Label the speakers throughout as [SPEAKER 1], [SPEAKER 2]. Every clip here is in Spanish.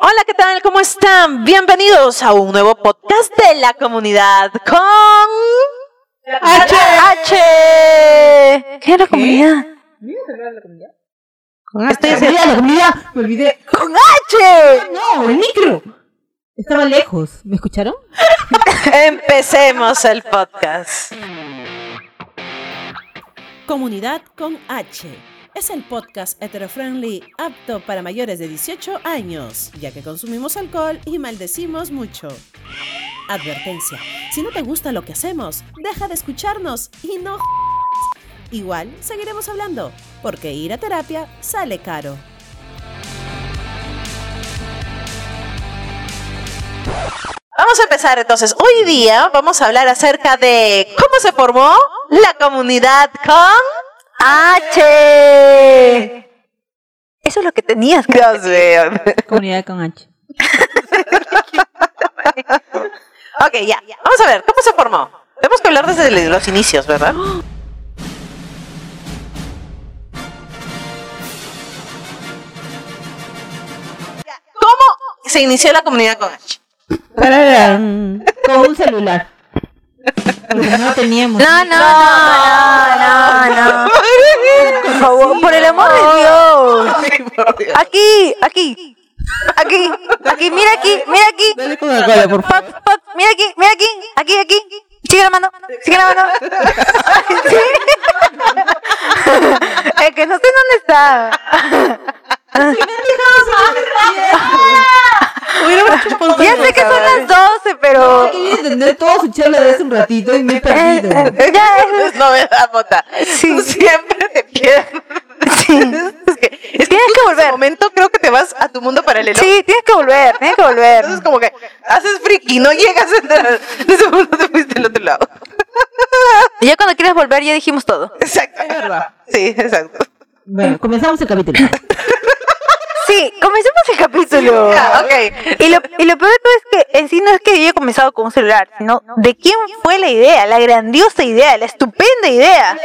[SPEAKER 1] Hola, ¿qué tal? ¿Cómo están? Bienvenidos a un nuevo podcast de la comunidad con
[SPEAKER 2] H.
[SPEAKER 1] H. ¿Qué es la comunidad?
[SPEAKER 2] Con
[SPEAKER 1] Estoy
[SPEAKER 2] H.
[SPEAKER 1] haciendo-
[SPEAKER 2] la comida, me olvidé.
[SPEAKER 1] Con H.
[SPEAKER 2] No, el micro. Estaba lejos. ¿Me escucharon?
[SPEAKER 1] Empecemos el podcast.
[SPEAKER 3] Comunidad con H. Es el podcast heterofriendly apto para mayores de 18 años, ya que consumimos alcohol y maldecimos mucho. Advertencia, si no te gusta lo que hacemos, deja de escucharnos y no... jodas. Igual seguiremos hablando, porque ir a terapia sale caro.
[SPEAKER 1] Vamos a empezar entonces. Hoy día vamos a hablar acerca de cómo se formó la comunidad con H.
[SPEAKER 4] Eso es lo que tenías.
[SPEAKER 1] Dios mío.
[SPEAKER 2] Comunidad con H.
[SPEAKER 1] Ok, ya. Vamos a ver, ¿cómo se formó? Tenemos que hablar desde los inicios, ¿verdad? ¿Cómo se inició la comunidad con H?
[SPEAKER 2] Tararán. Con un celular. Porque no teníamos.
[SPEAKER 4] No, no, no, no, no. Por favor, por el amor de Dios. Aquí, aquí, aquí, aquí, mira aquí, mira aquí.
[SPEAKER 2] Dale con la cola, por favor.
[SPEAKER 4] Pop, pop, mira aquí, mira aquí, aquí, aquí. Sigue la mano, sigue la mano. Sí. Es que no sé dónde está. Ya sé que son las 12, pero.
[SPEAKER 2] Quería entender toda su charla de hace un ratito y me he
[SPEAKER 4] Eh,
[SPEAKER 2] perdido.
[SPEAKER 4] eh, ya es.
[SPEAKER 1] No me da bota.
[SPEAKER 4] Sí.
[SPEAKER 1] Tú siempre te pierdes.
[SPEAKER 4] Sí.
[SPEAKER 1] Es que, es que
[SPEAKER 4] Tienes que
[SPEAKER 1] en ese
[SPEAKER 4] volver.
[SPEAKER 1] momento creo que te vas a tu mundo paralelo.
[SPEAKER 4] Sí, tienes que volver, tienes que volver.
[SPEAKER 1] Entonces como que haces friki, no llegas a entrar. En ese momento te fuiste al otro lado.
[SPEAKER 4] Y ya cuando quieres volver, ya dijimos todo.
[SPEAKER 1] Exacto. Sí, exacto.
[SPEAKER 5] eh,
[SPEAKER 2] Bueno, comenzamos el capítulo.
[SPEAKER 4] Sí, comencemos el capítulo.
[SPEAKER 1] Ah, ok.
[SPEAKER 4] Y lo, y lo peor de todo es que en sí no es que haya comenzado con un celular, sino de quién fue la idea, la grandiosa idea, la estupenda idea.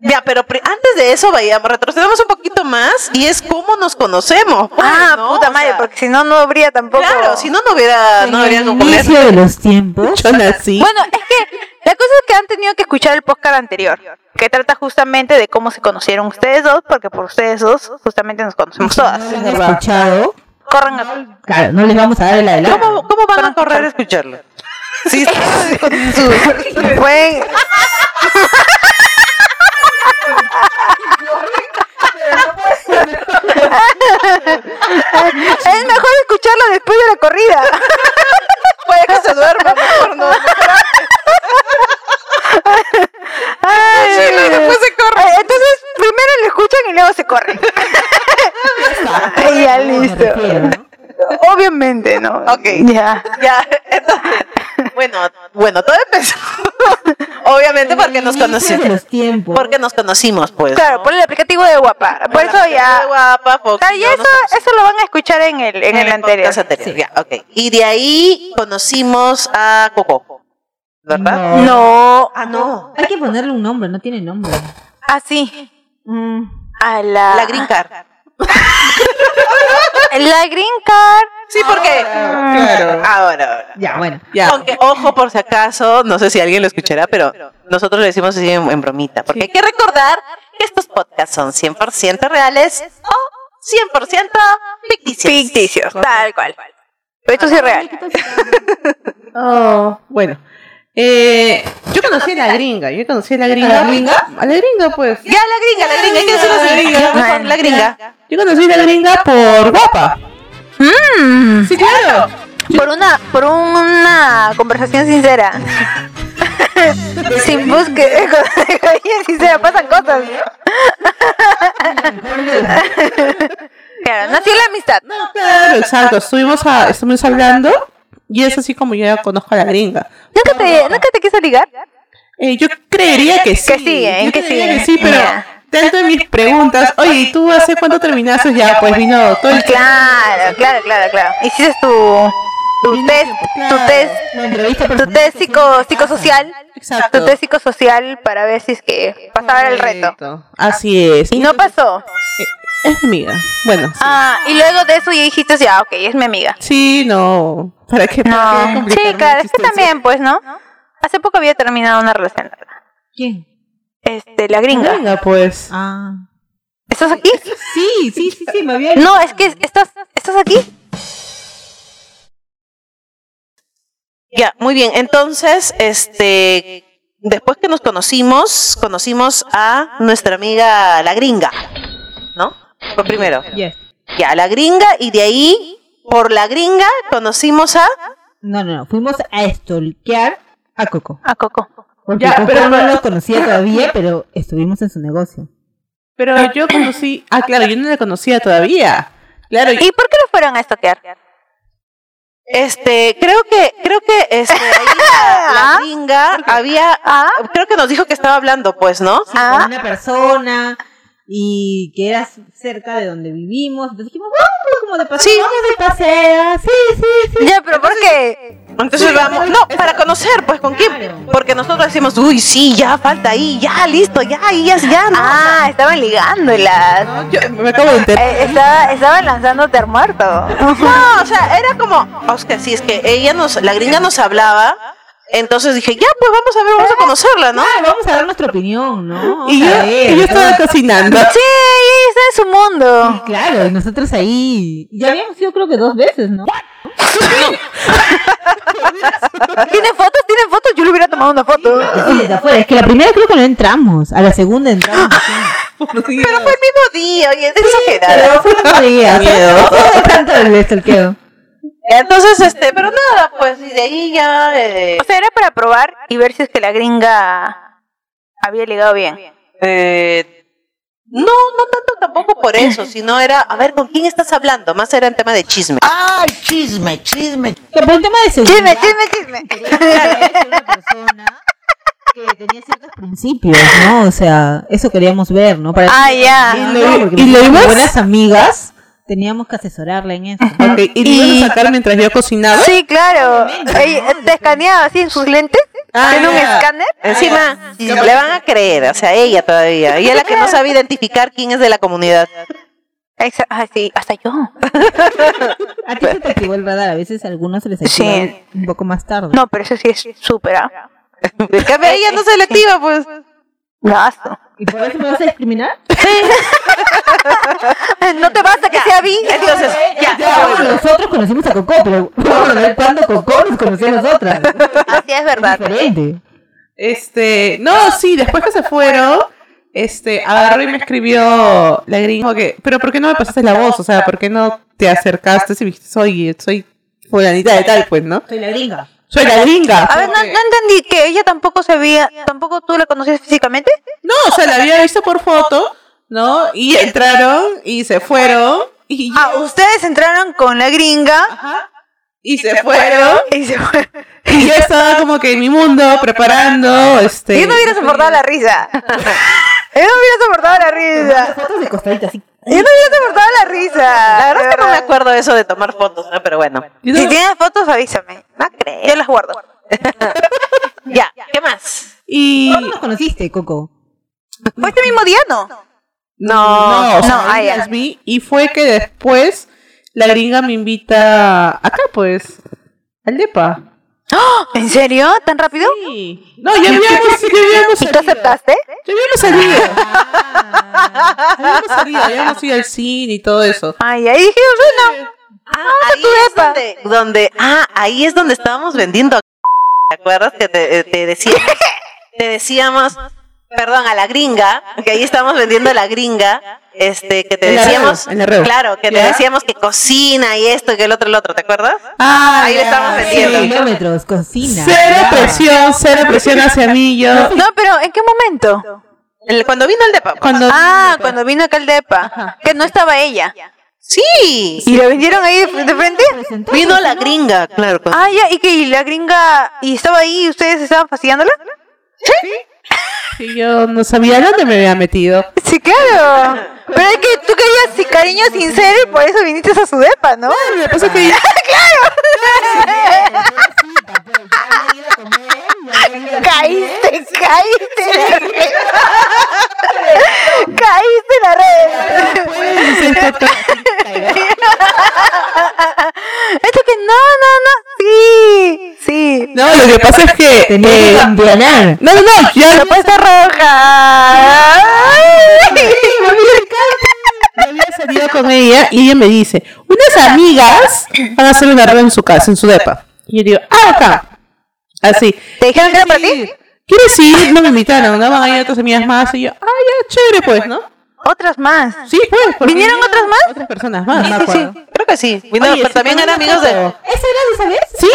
[SPEAKER 1] Ya, pero pri- antes de eso, vayamos, retrocedamos un poquito más y es cómo nos conocemos. pues,
[SPEAKER 4] Ah,
[SPEAKER 1] ¿no?
[SPEAKER 4] puta
[SPEAKER 1] O
[SPEAKER 4] madre,
[SPEAKER 1] sea,
[SPEAKER 4] porque si no, no habría tampoco.
[SPEAKER 1] Claro, si no, no hubiera, no habría
[SPEAKER 2] En el
[SPEAKER 1] ningún
[SPEAKER 2] inicio de los tiempos. Yo nací.
[SPEAKER 4] Bueno, es que la cosa es que han tenido que escuchar el podcast anterior, que trata justamente de cómo se conocieron ustedes dos, porque por ustedes dos justamente nos conocemos
[SPEAKER 1] Ah,
[SPEAKER 4] todas.
[SPEAKER 2] han escuchado.
[SPEAKER 4] Corran a...
[SPEAKER 2] Claro, no les vamos a dar el adelanto.
[SPEAKER 1] ¿Cómo, ¿Cómo van a correr a escucharlo? Sí, sí, con su-
[SPEAKER 4] Pueden- Es mejor escucharlo después de la corrida.
[SPEAKER 1] puede que se duerma, mejor no.
[SPEAKER 4] Ay,
[SPEAKER 1] Sí, luego después se corre.
[SPEAKER 4] Ay, Entonces, primero lo escuchan y luego se corren. Ay, ya listo. Obviamente, ¿no?
[SPEAKER 1] Ok.
[SPEAKER 4] Ya.
[SPEAKER 1] Ya, entonces, bueno, bueno, todo empezó. Obviamente porque nos
[SPEAKER 2] de
[SPEAKER 1] conocimos.
[SPEAKER 2] los tiempos.
[SPEAKER 1] Porque nos conocimos, pues.
[SPEAKER 4] Claro, por el aplicativo de guapa. Por eso
[SPEAKER 1] Qué
[SPEAKER 4] ya.
[SPEAKER 1] guapa, Fox,
[SPEAKER 4] Claro,
[SPEAKER 1] no
[SPEAKER 4] ya eso,
[SPEAKER 1] nos conocimos.
[SPEAKER 4] eso lo van a escuchar en el, en el anterior.
[SPEAKER 1] podcast anterior, ya, ok. Y de ahí conocimos a Coco, ¿verdad?
[SPEAKER 2] No.
[SPEAKER 4] No.
[SPEAKER 1] Ah, no.
[SPEAKER 2] Hay que ponerle un nombre, no tiene nombre.
[SPEAKER 4] Así. A la.
[SPEAKER 1] La Green Card.
[SPEAKER 4] La green card. Ah.
[SPEAKER 1] Sí, porque. Claro. Ahora, ahora.
[SPEAKER 2] Ya, bueno.
[SPEAKER 1] Aunque, ojo, por si acaso, no sé si alguien lo escuchará, pero nosotros lo decimos así en, en bromita. Porque hay que recordar que estos podcasts son 100% reales o 100% ficticios.
[SPEAKER 4] Ficticios. Tal cual. Esto sí es real.
[SPEAKER 5] Oh, bueno. Eh, yo conocí a la gringa, yo conocí a la gringa.
[SPEAKER 2] ¿A la gringa?
[SPEAKER 5] A la gringa, pues.
[SPEAKER 1] Ya, la gringa, la gringa. Hay que decirlo así.
[SPEAKER 5] La gringa.
[SPEAKER 1] La gringa.
[SPEAKER 5] Yo conocí a la gringa por guapa. Sí, claro.
[SPEAKER 4] Por una, por una conversación sincera. Sin busque. Oye, sincera, pasan cosas. claro, nació la amistad.
[SPEAKER 5] Claro, exacto. Estuvimos, a- estuvimos hablando y es así como yo ya conozco a la gringa.
[SPEAKER 4] ¿Nunca te, ¿Nunca te quiso ligar?
[SPEAKER 5] Eh, yo creería que sí.
[SPEAKER 4] Que sí, ¿eh?
[SPEAKER 5] Yo
[SPEAKER 4] Que
[SPEAKER 5] creería
[SPEAKER 4] sí.
[SPEAKER 5] que sí, pero
[SPEAKER 4] Ya.
[SPEAKER 5] dentro de mis preguntas, oye, ¿y tú hace cuánto terminaste? Ya, pues vino todo el
[SPEAKER 4] Claro, claro, claro, claro. Hiciste tu, tu test, tu test,
[SPEAKER 2] La entrevista
[SPEAKER 4] tu test psico, psicosocial.
[SPEAKER 5] Exacto.
[SPEAKER 4] Tu test psicosocial para ver si es que pasaba el reto.
[SPEAKER 5] Así es.
[SPEAKER 4] Y no pasó.
[SPEAKER 5] Eh, Es mi amiga. Bueno, sí.
[SPEAKER 4] Ah, y luego de eso ya dijiste, ya, ok, es mi amiga.
[SPEAKER 5] Sí, no. ¿Para qué? ¿Para qué
[SPEAKER 4] No.
[SPEAKER 5] complicarme la
[SPEAKER 4] Chica, es que
[SPEAKER 5] existencia?
[SPEAKER 4] también, pues, ¿no? Hace poco había terminado una relación.
[SPEAKER 2] ¿Quién?
[SPEAKER 4] Este, la gringa.
[SPEAKER 5] Venga, pues.
[SPEAKER 2] Ah.
[SPEAKER 4] ¿Estás aquí?
[SPEAKER 2] Sí, sí, sí, sí, me había.
[SPEAKER 4] No, es que estás, estás aquí.
[SPEAKER 1] Ya, muy bien. Entonces, este, después que nos conocimos, conocimos a nuestra amiga la gringa, ¿no? Fue primero.
[SPEAKER 2] Yes.
[SPEAKER 1] Ya, la gringa y de ahí, por la gringa, conocimos a...
[SPEAKER 2] No, no, no. Fuimos a estolquear a Coco.
[SPEAKER 4] A Ah, Coco.
[SPEAKER 2] Porque
[SPEAKER 5] Ya,
[SPEAKER 2] Coco
[SPEAKER 5] pero-
[SPEAKER 2] no lo conocía todavía, pero estuvimos en su negocio.
[SPEAKER 5] Pero yo conocí. Ah, claro, yo no la conocía todavía. Claro,
[SPEAKER 4] ¿Y por qué lo fueron a estoquear?
[SPEAKER 1] Este, creo que, creo que este, ahí la, la
[SPEAKER 4] ¿Ah?
[SPEAKER 1] gringa había,
[SPEAKER 4] Ah,
[SPEAKER 1] creo que nos dijo que estaba hablando, pues, ¿no?
[SPEAKER 4] Ah.
[SPEAKER 2] Con una persona y que era cerca de donde vivimos. Entonces dijimos, vamos como de paseo.
[SPEAKER 1] Sí.
[SPEAKER 2] vamos de paseo. Sí, sí, sí.
[SPEAKER 4] ya, pero ¿por qué?
[SPEAKER 1] Entonces vamos, no, para conocer, pues, ¿con quién?
[SPEAKER 2] Claro.
[SPEAKER 1] Porque nosotros decimos, uy, sí, ya, falta ahí, ya, listo, ya, ahí, ya, ya, ¿no?
[SPEAKER 4] Ah, estaban ligándolas.
[SPEAKER 5] yo me acabo de enterar.
[SPEAKER 4] Eh, estaba, estaban lanzándote al muerto.
[SPEAKER 1] No, o sea, era como, Oscar, si es que ella nos, la gringa nos hablaba, entonces dije, ya, pues vamos a ver, vamos a conocerla, ¿no?
[SPEAKER 2] Claro, Ah, vamos a dar nuestra opinión, ¿no?
[SPEAKER 5] Y yo,
[SPEAKER 2] Vamos a ver,
[SPEAKER 5] y yo
[SPEAKER 2] ¿no?
[SPEAKER 5] estaba cocinando.
[SPEAKER 4] Sí, ella está en su
[SPEAKER 2] Sí,
[SPEAKER 4] mundo.
[SPEAKER 2] claro, y nosotros ahí. Ya habíamos ido creo que dos veces, ¿no?
[SPEAKER 4] ¿Tiene fotos? ¿Tiene fotos? Yo le hubiera tomado una foto.
[SPEAKER 2] Sí, desde afuera. Es que la primera creo que no entramos, a la segunda entramos.
[SPEAKER 5] Por Dios.
[SPEAKER 1] Pero fue el mismo día, oye, es exagerada.
[SPEAKER 2] Pero fue otro día, o sea, no fue tanto el estalqueo.
[SPEAKER 1] Entonces, este, pero nada, pues, y de ahí ya, eh,
[SPEAKER 4] O sea, era para probar y ver si es que la gringa había ligado bien.
[SPEAKER 1] eh, no, no tanto tampoco por eso, sino era, a ver, ¿con quién estás hablando? Más era el tema de chisme.
[SPEAKER 6] ¡Ay, chisme, chisme!
[SPEAKER 2] Que por un tema de seguridad.
[SPEAKER 4] Chisme, chisme, chisme.
[SPEAKER 2] era una persona que tenía ciertos principios, ¿no? O sea, eso queríamos ver, ¿no? Para
[SPEAKER 4] Ah, ya.
[SPEAKER 2] Ah,
[SPEAKER 5] ¿Y lo-
[SPEAKER 2] no, porque
[SPEAKER 5] y lo
[SPEAKER 2] como
[SPEAKER 5] ibas?
[SPEAKER 2] buenas amigas, teníamos que asesorarla en eso.
[SPEAKER 5] Ok, y te iban a sacar mientras yo cocinaba.
[SPEAKER 4] Sí, claro. Ella- te escaneaba así en sus lentes,
[SPEAKER 5] Ah,
[SPEAKER 4] en un
[SPEAKER 5] ya.
[SPEAKER 4] escáner.
[SPEAKER 1] Encima, le van a creer, o sea, ella todavía, y es la que no sabe identificar quién es de la comunidad.
[SPEAKER 4] Exa- ah, sí, hasta yo.
[SPEAKER 2] A ti se te activó el radar, a veces a algunos se les activa
[SPEAKER 4] Sí.
[SPEAKER 2] un poco más tarde.
[SPEAKER 4] No, pero eso sí es súper. ah.
[SPEAKER 1] En cambio, ella no se le activa, pues.
[SPEAKER 4] Gasto.
[SPEAKER 2] ¿Y por eso me vas a discriminar?
[SPEAKER 4] No te basta que sea bien.
[SPEAKER 1] Entonces, ya, ya, bueno.
[SPEAKER 2] Nosotros conocimos a Coco, pero vamos a ver cuándo Coco nos conocía a nosotras.
[SPEAKER 4] Así es verdad.
[SPEAKER 2] Diferente.
[SPEAKER 5] Este, no, sí, después que se fueron, este, agarró y me escribió la gringa como que, pero ¿por qué no me pasaste la voz? O sea, ¿por qué no te acercaste y me dijiste, soy, soy fulanita de tal, pues, ¿no?
[SPEAKER 2] Soy la gringa.
[SPEAKER 5] Soy la gringa.
[SPEAKER 4] A ver, no, no entendí que ella tampoco se veía, tampoco tú la conocías físicamente.
[SPEAKER 5] No, o sea, la había visto por foto, ¿no? Y entraron y se fueron y,
[SPEAKER 4] Ah, ustedes entraron con la gringa
[SPEAKER 5] ajá, y se fueron.
[SPEAKER 4] y se fue.
[SPEAKER 5] Y yo estaba como que en mi mundo preparando, este.
[SPEAKER 4] Yo no hubiera soportado la risa. Yo no hubiera soportado la risa.
[SPEAKER 2] Fotos de costadita, así.
[SPEAKER 4] Yo no hubiera soportado la risa.
[SPEAKER 1] La verdad es que no me
[SPEAKER 4] acuerdo.
[SPEAKER 1] acuerdo de eso de tomar fotos, ¿no? pero bueno.
[SPEAKER 5] Yo no-
[SPEAKER 4] Si tienes fotos, avísame. No creo. Yo las guardo.
[SPEAKER 1] Ya, ¿qué más?
[SPEAKER 5] Y
[SPEAKER 2] ¿Cuándo nos conociste, Coco?
[SPEAKER 4] ¿Fue este mismo día, no?
[SPEAKER 5] No, o sea,
[SPEAKER 4] no, ah,
[SPEAKER 5] ahí
[SPEAKER 4] ya.
[SPEAKER 5] las vi y fue que después la gringa me invita acá, pues, al depa.
[SPEAKER 4] ¿En serio? ¿Tan rápido?
[SPEAKER 5] Sí. No, ya habíamos, ya habíamos
[SPEAKER 4] ¿Y tú
[SPEAKER 5] salido.
[SPEAKER 4] aceptaste?
[SPEAKER 5] Ya habíamos salido. Habíamos salido, habíamos ido al cine y todo eso.
[SPEAKER 4] Ay, ahí dije, bueno.
[SPEAKER 1] ahí es donde, donde- ah, ahí es donde estábamos vendiendo. ¿Te acuerdas que te, eh, te decíamos, te decíamos, perdón, a la gringa, que ahí estábamos vendiendo a la gringa, este, que te
[SPEAKER 5] El arreo,
[SPEAKER 1] decíamos,
[SPEAKER 5] el arreo.
[SPEAKER 1] claro, que te
[SPEAKER 5] Ya.
[SPEAKER 1] decíamos que cocina y esto, que el otro, el otro, ¿te acuerdas?
[SPEAKER 5] Ah,
[SPEAKER 1] Ahí le
[SPEAKER 5] ya,
[SPEAKER 1] estamos
[SPEAKER 5] sí.
[SPEAKER 1] metiendo.
[SPEAKER 2] kilómetros, cocina.
[SPEAKER 5] Cero
[SPEAKER 2] Ya.
[SPEAKER 5] presión, cero presión hacia mí. Yo,
[SPEAKER 4] No, pero ¿en qué momento?
[SPEAKER 1] El- cuando vino el de papá.
[SPEAKER 5] cuando.
[SPEAKER 4] Ah, cuando vino acá el depa. Que no estaba ella.
[SPEAKER 1] Sí,
[SPEAKER 4] ¿Y la vendieron ahí de de frente?
[SPEAKER 1] vino la gringa, claro. con-
[SPEAKER 4] Ah, ya, y que y la gringa. ¿Y estaba ahí y ustedes estaban fastidiándola?
[SPEAKER 5] Sí, yo no sabía dónde me había metido.
[SPEAKER 4] Sí, claro. Pero es que tú querías si- cariño sincero y por eso viniste a su depa, ¿no?
[SPEAKER 5] Lo que pasa es que
[SPEAKER 4] Caíste, caíste. en la red. Caíste en la red.
[SPEAKER 5] Pueden No, lo que pasa es que.
[SPEAKER 2] Tenía que
[SPEAKER 5] eh,
[SPEAKER 2] campeonar.
[SPEAKER 5] no, no, no, ya lo
[SPEAKER 4] Propuesta roja.
[SPEAKER 5] Yo había salido con ella y ella me dice, unas amigas van a hacer una rueda en su casa, en su depa. Y yo digo, ah, acá. Así.
[SPEAKER 4] ¿Te dijeron que era para ti?
[SPEAKER 5] ¿Quieres ir? No me invitaron, no van a ir otras amigas más. Y yo, ah, ya, chévere, pues, ¿no?
[SPEAKER 4] Otras más.
[SPEAKER 5] Sí, pues. porque
[SPEAKER 4] ¿Vinieron otras más?
[SPEAKER 5] Otras personas más.
[SPEAKER 1] Sí, Ah, sí, creo que sí. Bueno,
[SPEAKER 5] Oye,
[SPEAKER 1] pero
[SPEAKER 5] sí,
[SPEAKER 1] también eran amigos de.
[SPEAKER 2] ¿Esa era de
[SPEAKER 5] Sí.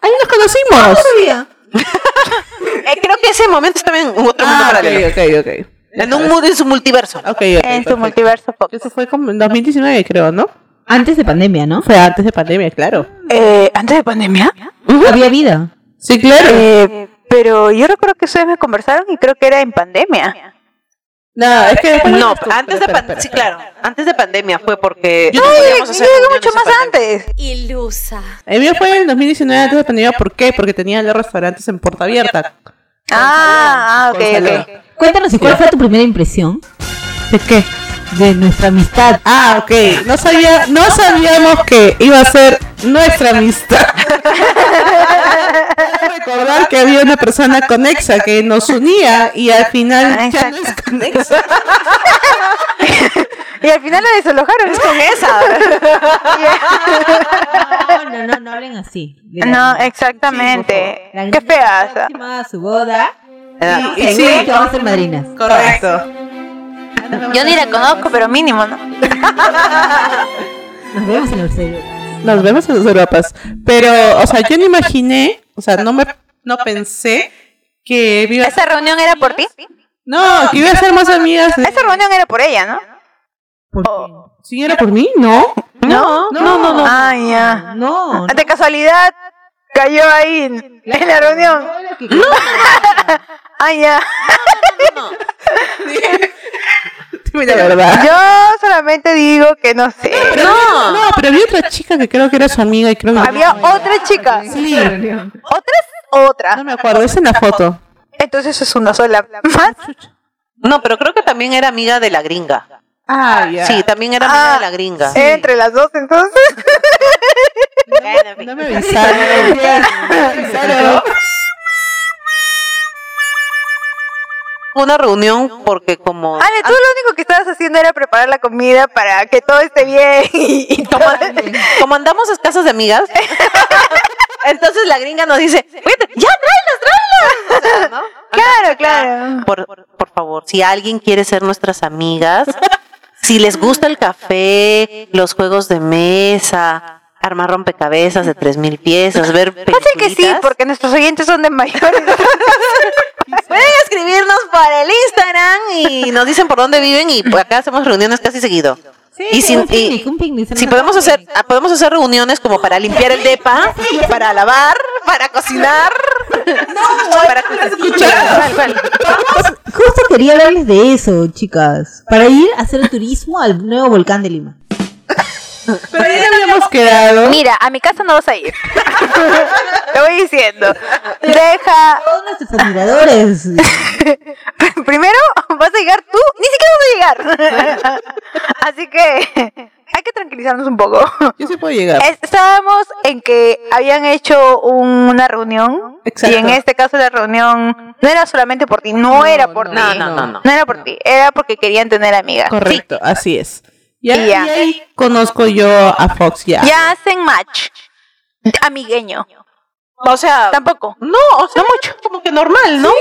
[SPEAKER 5] Ahí nos conocimos.
[SPEAKER 1] Eh, creo que ese momento es también un otro mundo
[SPEAKER 5] Ah,
[SPEAKER 1] paralelo.
[SPEAKER 5] ok, ok, ok.
[SPEAKER 1] En un mu- en su multiverso.
[SPEAKER 5] Ok, ok,
[SPEAKER 4] En su
[SPEAKER 5] perfecto.
[SPEAKER 4] multiverso pop.
[SPEAKER 5] Eso fue como en 2019, creo, ¿no?
[SPEAKER 2] Antes de pandemia, ¿no?
[SPEAKER 5] Fue antes de pandemia, claro.
[SPEAKER 4] Eh, antes de pandemia.
[SPEAKER 2] Había vida.
[SPEAKER 5] Sí, claro.
[SPEAKER 4] Eh, pero yo recuerdo que ustedes me conversaron y creo que era en pandemia.
[SPEAKER 5] no, es que después-
[SPEAKER 1] No,
[SPEAKER 5] Espera,
[SPEAKER 1] antes de
[SPEAKER 5] espera,
[SPEAKER 1] pandemia.
[SPEAKER 5] espera,
[SPEAKER 1] Sí,
[SPEAKER 5] espera.
[SPEAKER 1] claro. Antes de pandemia fue porque.
[SPEAKER 5] Yo
[SPEAKER 1] no
[SPEAKER 4] Ay,
[SPEAKER 1] podíamos
[SPEAKER 4] yo
[SPEAKER 1] hacer
[SPEAKER 4] llegué
[SPEAKER 1] reuniones
[SPEAKER 4] mucho
[SPEAKER 1] en
[SPEAKER 4] más
[SPEAKER 1] pandemia.
[SPEAKER 4] antes.
[SPEAKER 7] Ilusa.
[SPEAKER 5] El mío fue en 2019 antes de pandemia. ¿Por qué? Porque tenía los restaurantes en Puerta Abierta.
[SPEAKER 4] Ah, ah, ok,
[SPEAKER 5] Gonzalo.
[SPEAKER 4] ok.
[SPEAKER 2] Cuéntanos, ¿y ¿cuál fue tu primera impresión?
[SPEAKER 5] ¿De qué?
[SPEAKER 2] De nuestra amistad.
[SPEAKER 5] Ah, ok. No, sabía, no sabíamos que iba a ser nuestra amistad. Quiero Recordar que había una persona conexa que nos unía y al
[SPEAKER 4] Ah,
[SPEAKER 5] final ya
[SPEAKER 4] exacto.
[SPEAKER 5] no es conexa.
[SPEAKER 4] Y al final la desalojaron. Es con esa.
[SPEAKER 2] Ah, No, no, no, no hablen así. De
[SPEAKER 4] no,
[SPEAKER 2] la-
[SPEAKER 4] exactamente.
[SPEAKER 2] la-
[SPEAKER 4] Qué feas.
[SPEAKER 2] Próxima a su boda.
[SPEAKER 1] Ah,
[SPEAKER 5] Y- y
[SPEAKER 2] seguro que vamos a ser madrinas.
[SPEAKER 5] Correcto.
[SPEAKER 4] Yo ni la conozco, pero mínimo, ¿no?
[SPEAKER 2] Nos vemos en el celular.
[SPEAKER 5] Nos vemos en los Europas. Pero, o sea, yo no imaginé, o sea, no me no pensé que iba a
[SPEAKER 4] ¿Esa reunión era por ti?
[SPEAKER 5] No, que iba a ser más amigas. de-
[SPEAKER 4] Esa reunión era por ella, ¿no?
[SPEAKER 5] ¿Sí era por mí? No. No, no, no, no.
[SPEAKER 4] Ah, ya.
[SPEAKER 2] No, no.
[SPEAKER 4] De casualidad cayó ahí en, en la reunión. Ah, ya.
[SPEAKER 5] Dime la verdad.
[SPEAKER 4] Yo solamente digo que no sé.
[SPEAKER 5] No. No, pero había otra chica que creo que era su amiga y creo que...
[SPEAKER 4] Había otra chica.
[SPEAKER 5] Sí,
[SPEAKER 4] ¿Otras? Otra.
[SPEAKER 5] no me acuerdo, es en la foto.
[SPEAKER 4] Entonces es una sola. ¿Más?
[SPEAKER 1] No, pero creo que también era amiga de la gringa.
[SPEAKER 5] Ah, ya.
[SPEAKER 1] Sí, también era amiga
[SPEAKER 4] Ah,
[SPEAKER 1] de la gringa.
[SPEAKER 4] ¿Era entre las dos entonces?
[SPEAKER 5] No me avisaron.
[SPEAKER 1] Fue una reunión porque como...
[SPEAKER 4] Ale, tú lo único que estabas haciendo era preparar la comida para que todo esté bien y, y todo.
[SPEAKER 1] Como andamos escasas de amigas, entonces la gringa nos dice, "Oye, ya tráelas, tráelas.
[SPEAKER 4] Claro, claro.
[SPEAKER 1] por, por favor, si alguien quiere ser nuestras amigas, si les gusta el café, los juegos de mesa, armar rompecabezas de 3.000 piezas, ver películas.
[SPEAKER 4] Pasa que sí, porque nuestros oyentes son de mayores.
[SPEAKER 1] Pueden escribirnos por el Instagram y nos dicen por dónde viven y por acá hacemos reuniones casi seguido. y si,
[SPEAKER 2] un
[SPEAKER 1] y-
[SPEAKER 2] picnic, un picnic,
[SPEAKER 1] si
[SPEAKER 2] una
[SPEAKER 1] podemos
[SPEAKER 2] tarde.
[SPEAKER 1] hacer ah, podemos hacer reuniones como para limpiar el depa, para lavar, para cocinar, para ¿Cuál, cuál?
[SPEAKER 2] Justo quería hablarles de eso, chicas. Para ir a hacer turismo al nuevo volcán de Lima.
[SPEAKER 5] Pero ahí habíamos quedado.
[SPEAKER 4] Mira, a mi casa no vas a ir. Te voy diciendo.
[SPEAKER 1] Ah.
[SPEAKER 4] Deja.
[SPEAKER 2] Todos nuestros admiradores.
[SPEAKER 4] Primero vas a llegar tú. Ni siquiera vas a llegar. Así que hay que tranquilizarnos un poco.
[SPEAKER 5] Yo sí puedo llegar.
[SPEAKER 4] Es- Estábamos en que habían hecho un- una reunión.
[SPEAKER 5] Exacto.
[SPEAKER 4] Y en este caso la reunión no era solamente por ti, no, era por ti.
[SPEAKER 1] no, no, no, no.
[SPEAKER 4] No era por ti, era porque querían tener amigas.
[SPEAKER 5] Correcto, así es. Y ahí,
[SPEAKER 4] Ya.
[SPEAKER 5] y ahí conozco yo a Fox ya.
[SPEAKER 4] Ya hacen match. Amigueño.
[SPEAKER 1] O sea,
[SPEAKER 4] Tampoco.
[SPEAKER 1] no, o sea, mucho, como que normal, ¿no?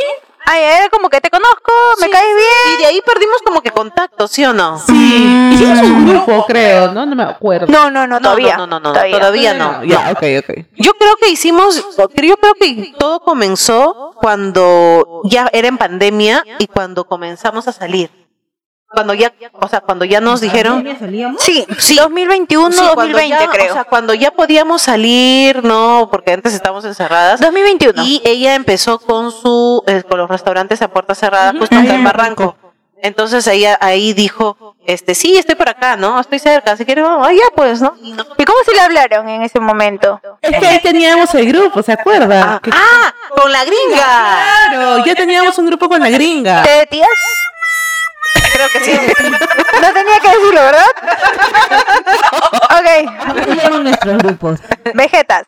[SPEAKER 4] Ay, era como que te conozco, me
[SPEAKER 1] Sí,
[SPEAKER 4] caes bien.
[SPEAKER 1] Y de ahí perdimos como que contacto, ¿sí o no?
[SPEAKER 5] Sí, hicimos un grupo, creo, ¿no? No me acuerdo.
[SPEAKER 4] No, no, no,
[SPEAKER 1] No,
[SPEAKER 4] todavía.
[SPEAKER 1] no, no, no, no, todavía no.
[SPEAKER 5] Ya, ok, ok.
[SPEAKER 1] Yo creo que hicimos, yo creo que todo comenzó cuando ya era en pandemia y cuando comenzamos a salir. Cuando ya, o sea, cuando ya nos dijeron,
[SPEAKER 2] Salíamos.
[SPEAKER 4] Sí, 2021,
[SPEAKER 1] Sí, cuando
[SPEAKER 4] 2020
[SPEAKER 1] ya-
[SPEAKER 4] creo.
[SPEAKER 1] O sea, cuando ya podíamos salir, ¿no? Porque antes estábamos encerradas.
[SPEAKER 4] 2021.
[SPEAKER 1] Y ella empezó con su eh, con los restaurantes a puerta cerrada justo acá en Barranco. Entonces ella ahí dijo, este, sí, estoy por acá, ¿no? Estoy cerca, si quieres vamos, ah, ya pues, ¿no? Y no-
[SPEAKER 4] ¿Y cómo se le hablaron en ese momento?
[SPEAKER 5] Es que ahí teníamos el grupo, ¿se acuerda?
[SPEAKER 1] Ah,
[SPEAKER 5] Que-
[SPEAKER 1] ah, con la gringa.
[SPEAKER 5] claro, ya teníamos un grupo con la gringa.
[SPEAKER 4] ¿Te detías?
[SPEAKER 1] Creo que sí.
[SPEAKER 4] No tenía que decirlo, ¿verdad? ok,
[SPEAKER 2] ¿Cómo se llaman nuestros grupos?
[SPEAKER 4] vegetas.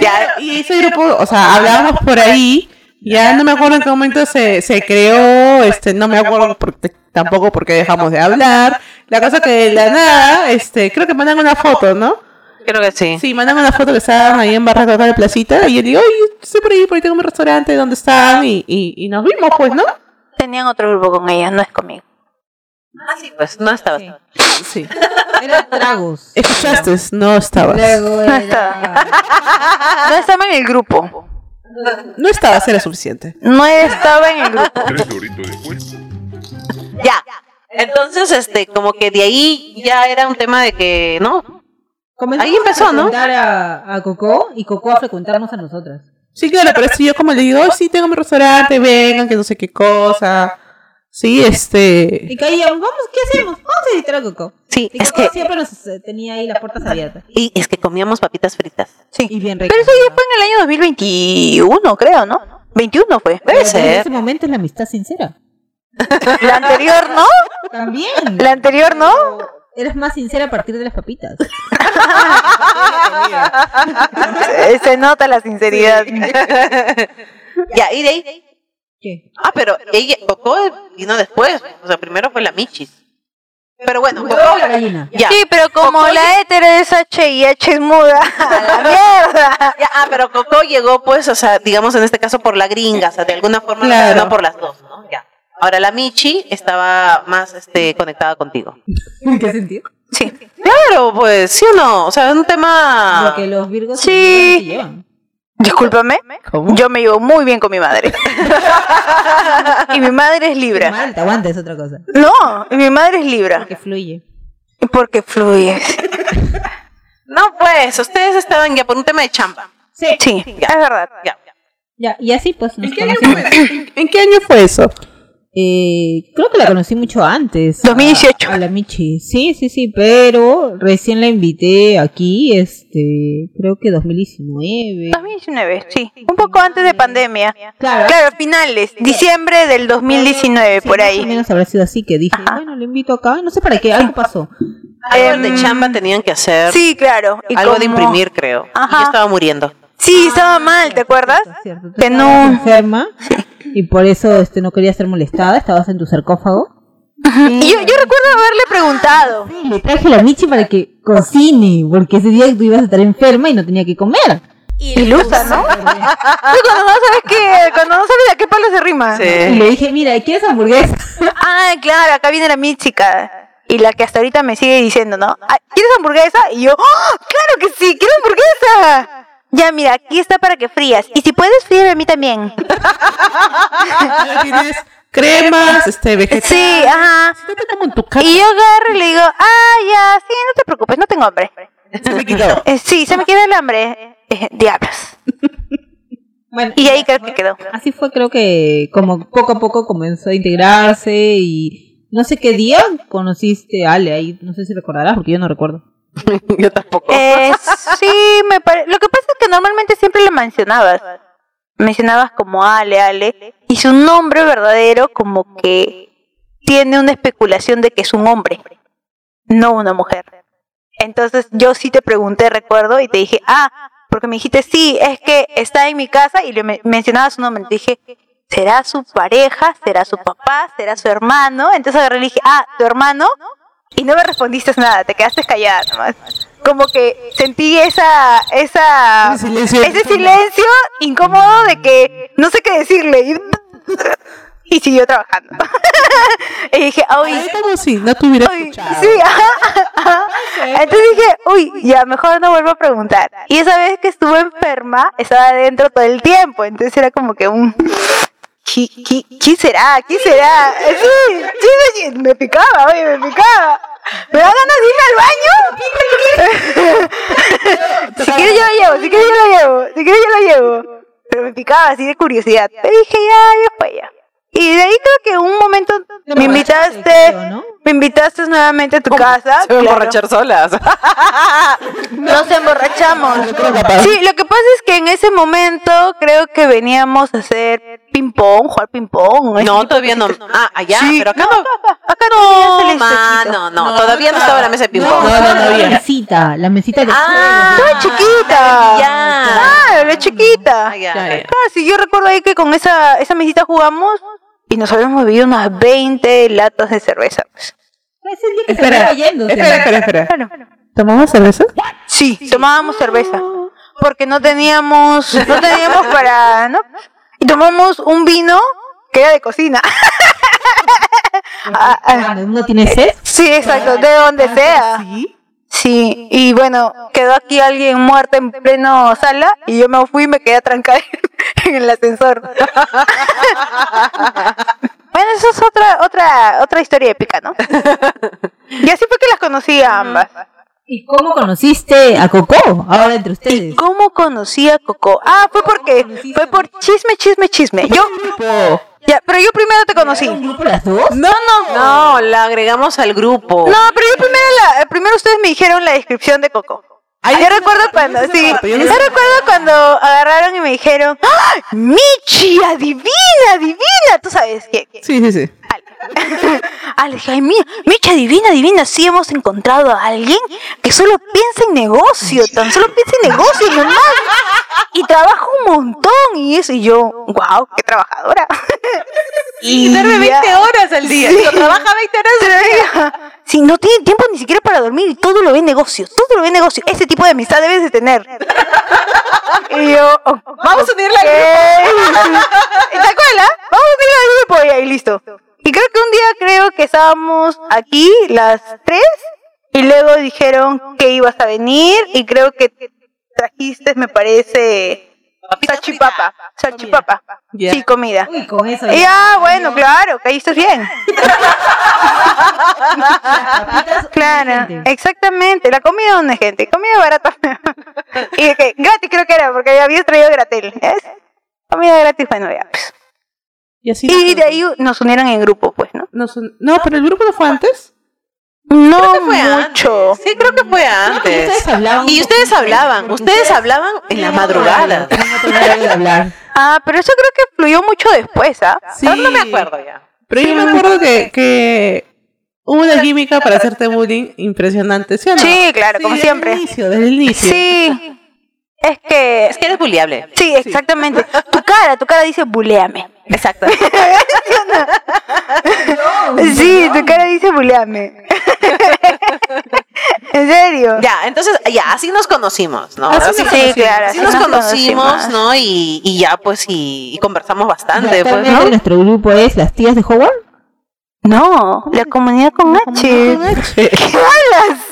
[SPEAKER 1] Ya,
[SPEAKER 5] Y ese grupo, o sea, hablábamos por ahí. Ya no me acuerdo en qué momento se, se creó, este, no me acuerdo por- te- tampoco porque dejamos de hablar. La cosa que de la nada, este, creo que mandan una foto, ¿no?
[SPEAKER 1] creo que sí.
[SPEAKER 5] Sí, mandan una foto que estaban ahí en Barranco acá de Placita y yo digo, oye, estoy por ahí, por ahí tengo mi restaurante, ¿dónde están? Y, y, y nos vimos, pues, ¿no?
[SPEAKER 4] Tenían otro grupo con ellas, no es conmigo.
[SPEAKER 1] Sí, pues no estaba.
[SPEAKER 2] Sí.
[SPEAKER 5] Sí.
[SPEAKER 2] Era tragos.
[SPEAKER 5] Escuchaste, no estabas.
[SPEAKER 2] Luego era...
[SPEAKER 4] estaba. No estaba en el grupo.
[SPEAKER 5] No estabas, era suficiente.
[SPEAKER 4] No estaba en el grupo.
[SPEAKER 7] Tres doritos después.
[SPEAKER 1] Ya. Entonces, este, como que de ahí ya era un tema de que, ¿no?
[SPEAKER 2] Comenzamos
[SPEAKER 1] Ahí empezó,
[SPEAKER 2] a
[SPEAKER 1] ¿no?
[SPEAKER 2] frecuentar a, a Coco y Coco a frecuentarnos a nosotras.
[SPEAKER 5] Sí, claro, pero si yo como le digo, "Ay, sí, tengo mi restaurante, vengan, que no sé qué cosa. Sí, este...
[SPEAKER 2] Y caíamos, vamos, ¿qué hacemos? Vamos a visitar a Coco.
[SPEAKER 1] Sí,
[SPEAKER 2] Y
[SPEAKER 1] es
[SPEAKER 2] Coco
[SPEAKER 1] que,
[SPEAKER 2] siempre nos eh, tenía ahí las puertas abiertas.
[SPEAKER 1] y es que comíamos papitas fritas.
[SPEAKER 2] Y bien rico.
[SPEAKER 4] Pero eso ya fue en el año 2021, creo, ¿no? 21 fue.
[SPEAKER 1] Debe
[SPEAKER 2] En
[SPEAKER 1] ser.
[SPEAKER 2] ese momento es la amistad sincera.
[SPEAKER 4] La anterior, ¿no?
[SPEAKER 2] También.
[SPEAKER 4] La anterior, ¿no?
[SPEAKER 2] Eras más sincera a partir de las papitas.
[SPEAKER 4] Eh, Se se nota la sinceridad.
[SPEAKER 1] Ya, y de ahí.
[SPEAKER 2] ¿Qué?
[SPEAKER 1] Ah, pero ella, Coco vino después. O sea, primero fue la Michis. Pero bueno, Coco.
[SPEAKER 2] La gallina.
[SPEAKER 1] Ya.
[SPEAKER 4] Sí, pero como
[SPEAKER 1] Ojo,
[SPEAKER 4] la hétero es H y H es muda. ¡A la mierda!
[SPEAKER 1] Ya, ah, pero Coco llegó, pues, o sea, digamos en este caso por la gringa, o sea, de alguna forma
[SPEAKER 5] Claro.
[SPEAKER 1] relacionado por las dos, ¿no? Ya. Ahora la Michi estaba más este, conectada contigo.
[SPEAKER 2] ¿En qué sentido?
[SPEAKER 4] Sí.
[SPEAKER 1] Claro, pues, ¿sí o no? O sea, es un
[SPEAKER 2] Lo
[SPEAKER 1] tema.
[SPEAKER 2] que los virgos
[SPEAKER 4] Ah. Sí.
[SPEAKER 2] se llevan.
[SPEAKER 4] Discúlpame,
[SPEAKER 5] ¿Cómo?
[SPEAKER 4] yo me llevo muy bien con mi madre. y mi madre es Libra.
[SPEAKER 2] Mal, te aguanta, es otra cosa.
[SPEAKER 4] No, y mi madre es Libra.
[SPEAKER 2] Que fluye.
[SPEAKER 4] Porque fluye.
[SPEAKER 1] No, pues, ustedes estaban ya por un tema de chamba.
[SPEAKER 2] Sí.
[SPEAKER 4] Sí, es verdad.
[SPEAKER 1] Ya.
[SPEAKER 2] Ya, y así pues nos conocimos.
[SPEAKER 5] ¿En qué año fue eso?
[SPEAKER 2] Eh, creo que la conocí mucho antes. a-
[SPEAKER 4] 2018.
[SPEAKER 2] A, la Michi. Sí, sí, sí, pero recién la invité aquí, este, creo que 2019.
[SPEAKER 4] 2019, sí. Un poco antes de pandemia.
[SPEAKER 2] Claro.
[SPEAKER 4] Claro, finales. Diciembre del 2019, por
[SPEAKER 2] Más o
[SPEAKER 4] ahí.
[SPEAKER 2] menos habrá sido así que dije, bueno, le invito acá, no sé para qué, algo pasó.
[SPEAKER 1] Algo de
[SPEAKER 4] Em,
[SPEAKER 1] chamba tenían que hacer.
[SPEAKER 4] Sí, claro. Y
[SPEAKER 1] algo de
[SPEAKER 4] como-
[SPEAKER 1] imprimir, creo. Y
[SPEAKER 4] Ajá.
[SPEAKER 1] yo estaba muriendo.
[SPEAKER 4] Ah, Sí, estaba mal, ¿te acuerdas?
[SPEAKER 2] Cierto, tú
[SPEAKER 4] Que
[SPEAKER 2] estabas
[SPEAKER 4] no.
[SPEAKER 2] enferma y por eso este no quería ser molestada, estabas en tu sarcófago.
[SPEAKER 4] Y yo, yo recuerdo haberle preguntado.
[SPEAKER 2] Y le traje a la Michi para que cocine, porque ese día tú ibas a estar enferma y no tenía que comer.
[SPEAKER 4] Ilusa, ¿no? Tú cuando no sabes qué, cuando no sabes a qué palo se rima.
[SPEAKER 2] Y le dije, mira, ¿quieres hamburguesa?
[SPEAKER 4] Ah, claro, acá viene la mítica. Y la que hasta ahorita me sigue diciendo, ¿no? Ah, ¿Quieres hamburguesa? Y yo, ¡ah! ¡Claro que sí! ¡Quiero hamburguesa! Ya, mira, aquí está para que frías. Y si puedes, fríame a mí también.
[SPEAKER 5] Tienes cremas, este, vegetales.
[SPEAKER 4] Sí, ajá.
[SPEAKER 5] Vete como en tu casa.
[SPEAKER 4] Y yo agarro y le digo, ah, ya, sí, no te preocupes, no tengo hambre.
[SPEAKER 5] Se me quitó.
[SPEAKER 4] Eh, sí, se me queda el hambre. Eh, diablos.
[SPEAKER 2] Bueno,
[SPEAKER 4] Y ahí creo que quedó.
[SPEAKER 2] Así fue, creo que como poco a poco comenzó a integrarse y no sé qué día conociste a Ale, ahí no sé si recordarás porque yo no recuerdo.
[SPEAKER 1] yo tampoco.
[SPEAKER 4] Eh, sí, me pare- Lo que pasa es que normalmente siempre le mencionabas. Mencionabas como Ale, Ale. Y su nombre verdadero como que tiene una especulación de que es un hombre, no una mujer. Entonces yo sí te pregunté, recuerdo, y te dije, ah, porque me dijiste, sí, es que está en mi casa y le men- mencionaba su nombre. Te dije, ¿será su pareja? ¿Será su papá? ¿Será su hermano? Entonces agarré y le dije, ah, ¿tu hermano? Y no me respondiste nada, te quedaste callada nomás. Como que sentí esa, esa,
[SPEAKER 5] Ese silencio.
[SPEAKER 4] ese silencio incómodo de que no sé qué decirle. Y, y siguió trabajando. y dije,
[SPEAKER 5] Ay,
[SPEAKER 4] uy,
[SPEAKER 5] como si no te hubiera
[SPEAKER 4] uy,
[SPEAKER 5] escuchado.
[SPEAKER 4] sí, ajá, ajá. Entonces dije, uy, ya mejor no vuelvo a preguntar. Y esa vez que estuve enferma, estaba adentro todo el tiempo. Entonces era como que un. ¿Qué, qué, qué será? ¿Qué será? Sí, sí, sí, me picaba, oye, me picaba. ¿Me da ganas de irme al baño? si quieres yo lo llevo, si quieres yo lo llevo, si quieres yo lo llevo. Pero me picaba así de curiosidad. Te dije, ya, ya fue ya. Y de ahí creo que un momento me invitaste,
[SPEAKER 2] creo, ¿no?
[SPEAKER 4] me invitaste nuevamente a tu casa.
[SPEAKER 1] Se me
[SPEAKER 4] claro.
[SPEAKER 1] emborrachar solas.
[SPEAKER 4] Nos emborrachamos. Sí, lo que pasa es que en ese momento creo que veníamos a hacer ping-pong, jugar ping-pong. ese
[SPEAKER 1] No,
[SPEAKER 4] tipo
[SPEAKER 1] todavía
[SPEAKER 4] de
[SPEAKER 1] no.
[SPEAKER 4] cositas.
[SPEAKER 1] Ah, allá,
[SPEAKER 4] Sí.
[SPEAKER 1] pero acá
[SPEAKER 4] No,
[SPEAKER 1] no.
[SPEAKER 4] Acá no,
[SPEAKER 1] No, ma,
[SPEAKER 4] había celestecito.
[SPEAKER 1] no, no, todavía no estaba la mesa de ping
[SPEAKER 2] No,
[SPEAKER 1] pong.
[SPEAKER 5] no, no,
[SPEAKER 2] la
[SPEAKER 5] ya.
[SPEAKER 2] mesita, la mesita de
[SPEAKER 1] Ah,
[SPEAKER 4] Estaba chiquita.
[SPEAKER 1] ya.
[SPEAKER 4] Claro. Claro, la chiquita.
[SPEAKER 1] Ah, ya.
[SPEAKER 5] Ya, ya.
[SPEAKER 4] Claro, sí, yo recuerdo ahí que con esa, esa mesita jugamos y nos habíamos bebido unas 20 latas de cerveza. pues.
[SPEAKER 2] Es el día que se
[SPEAKER 5] Espera,
[SPEAKER 2] va yéndose.
[SPEAKER 5] espera, espera, espera.
[SPEAKER 4] Claro.
[SPEAKER 5] ¿Tomamos cerveza?
[SPEAKER 4] Sí, tomábamos cerveza. Porque no teníamos, no teníamos para, ¿no? Y tomamos un vino que era de cocina. Ah, ah,
[SPEAKER 2] Cuando uno tiene sed,
[SPEAKER 4] sí, exacto, de
[SPEAKER 1] Ah,
[SPEAKER 4] donde sea.
[SPEAKER 5] Sí.
[SPEAKER 4] Sí, y bueno, quedó aquí alguien muerta en pleno sala y yo me fui y me quedé trancada en el ascensor. bueno, eso es otra, otra, otra historia épica, ¿no? Y así fue que las conocí a ambas.
[SPEAKER 2] ¿Y cómo conociste a Coco? Ahora entre ustedes.
[SPEAKER 4] ¿Cómo conocí a Coco? Ah, fue porque fue por chisme, chisme, chisme. Yo, ya, pero yo primero te conocí.
[SPEAKER 2] ¿Un grupo las dos?
[SPEAKER 1] No, no, no, la agregamos al grupo.
[SPEAKER 4] No, pero yo primero, la- eh, primero ustedes me dijeron la descripción de Coco. yo recuerdo cuando, sí, yo recuerdo cuando agarraron y me dijeron, ¡Ah, Michi, adivina, adivina, tú sabes que, que-
[SPEAKER 5] Sí, sí, sí.
[SPEAKER 4] Ah, le dije, ay, mía, Michi, adivina, adivina, sí hemos encontrado a alguien que solo piensa en negocio, tan solo piensa en negocio, normal, y trabaja un montón, y eso, y yo, wow, qué trabajadora.
[SPEAKER 1] Y duerme
[SPEAKER 4] ya.
[SPEAKER 1] 20 horas al día. Digo, trabaja 20 horas al día.
[SPEAKER 4] Si no tiene tiempo ni siquiera para dormir y todo lo ve en negocio, todo lo ve en negocio. Ese tipo de amistad debes de tener. y yo, ok.
[SPEAKER 1] Vamos a unirla
[SPEAKER 4] ¿Te
[SPEAKER 1] al
[SPEAKER 4] acuerdas? ¿ah? Vamos a unirla al grupo y ahí listo. Y creo que un día creo que estábamos aquí las tres y luego dijeron que ibas a venir y creo que trajiste, me parece, salchipapa. Salchipapa.
[SPEAKER 5] Ya.
[SPEAKER 4] Sí, comida.
[SPEAKER 2] Uy, con eso.
[SPEAKER 4] Y ah, bueno, claro, caíste bien. Claro,
[SPEAKER 2] gente.
[SPEAKER 4] exactamente. La comida donde es gente, comida barata. y de que gratis creo que era, porque habías traído gratel. ¿ves? Comida gratis, bueno, ya. pues.
[SPEAKER 5] Y así.
[SPEAKER 4] Y de ahí nos unieron en grupo, pues, ¿no?
[SPEAKER 5] No, son- no, pero el grupo no fue antes.
[SPEAKER 4] No
[SPEAKER 1] grupo. Fue
[SPEAKER 4] mucho.
[SPEAKER 1] antes. Sí, creo que fue antes.
[SPEAKER 2] Ustedes hablaban.
[SPEAKER 1] Y ustedes hablaban, ustedes hablaban en la madrugada.
[SPEAKER 2] Tenían otro horario de hablar.
[SPEAKER 4] Ah, pero eso creo que fluyó mucho después, ¿ah?
[SPEAKER 5] Sí.
[SPEAKER 1] Pero no me acuerdo ya.
[SPEAKER 5] Pero yo me acuerdo que, que hubo una química para hacerte bullying impresionante, ¿sí o no?
[SPEAKER 4] Sí, claro, como
[SPEAKER 5] desde
[SPEAKER 4] siempre.
[SPEAKER 5] el inicio, desde el inicio.
[SPEAKER 4] Sí. Es que.
[SPEAKER 1] Es que eres buleable.
[SPEAKER 4] Sí, exactamente. Tu cara, tu cara dice buleame.
[SPEAKER 1] Exacto.
[SPEAKER 4] Sí, tu cara dice buleame. En serio.
[SPEAKER 1] Ya, entonces, ya, así nos conocimos, ¿no?
[SPEAKER 4] Así
[SPEAKER 1] Así,
[SPEAKER 4] nos conocimos. Sí, claro,
[SPEAKER 1] así
[SPEAKER 4] así
[SPEAKER 1] nos
[SPEAKER 4] nos
[SPEAKER 1] conocimos,
[SPEAKER 4] conocimos.
[SPEAKER 1] ¿no? Y, y ya, pues, y, y conversamos bastante, pues,
[SPEAKER 2] Actualmente
[SPEAKER 1] ¿no?
[SPEAKER 2] Nuestro grupo es las tías de Howard.
[SPEAKER 4] No, la comunidad con H.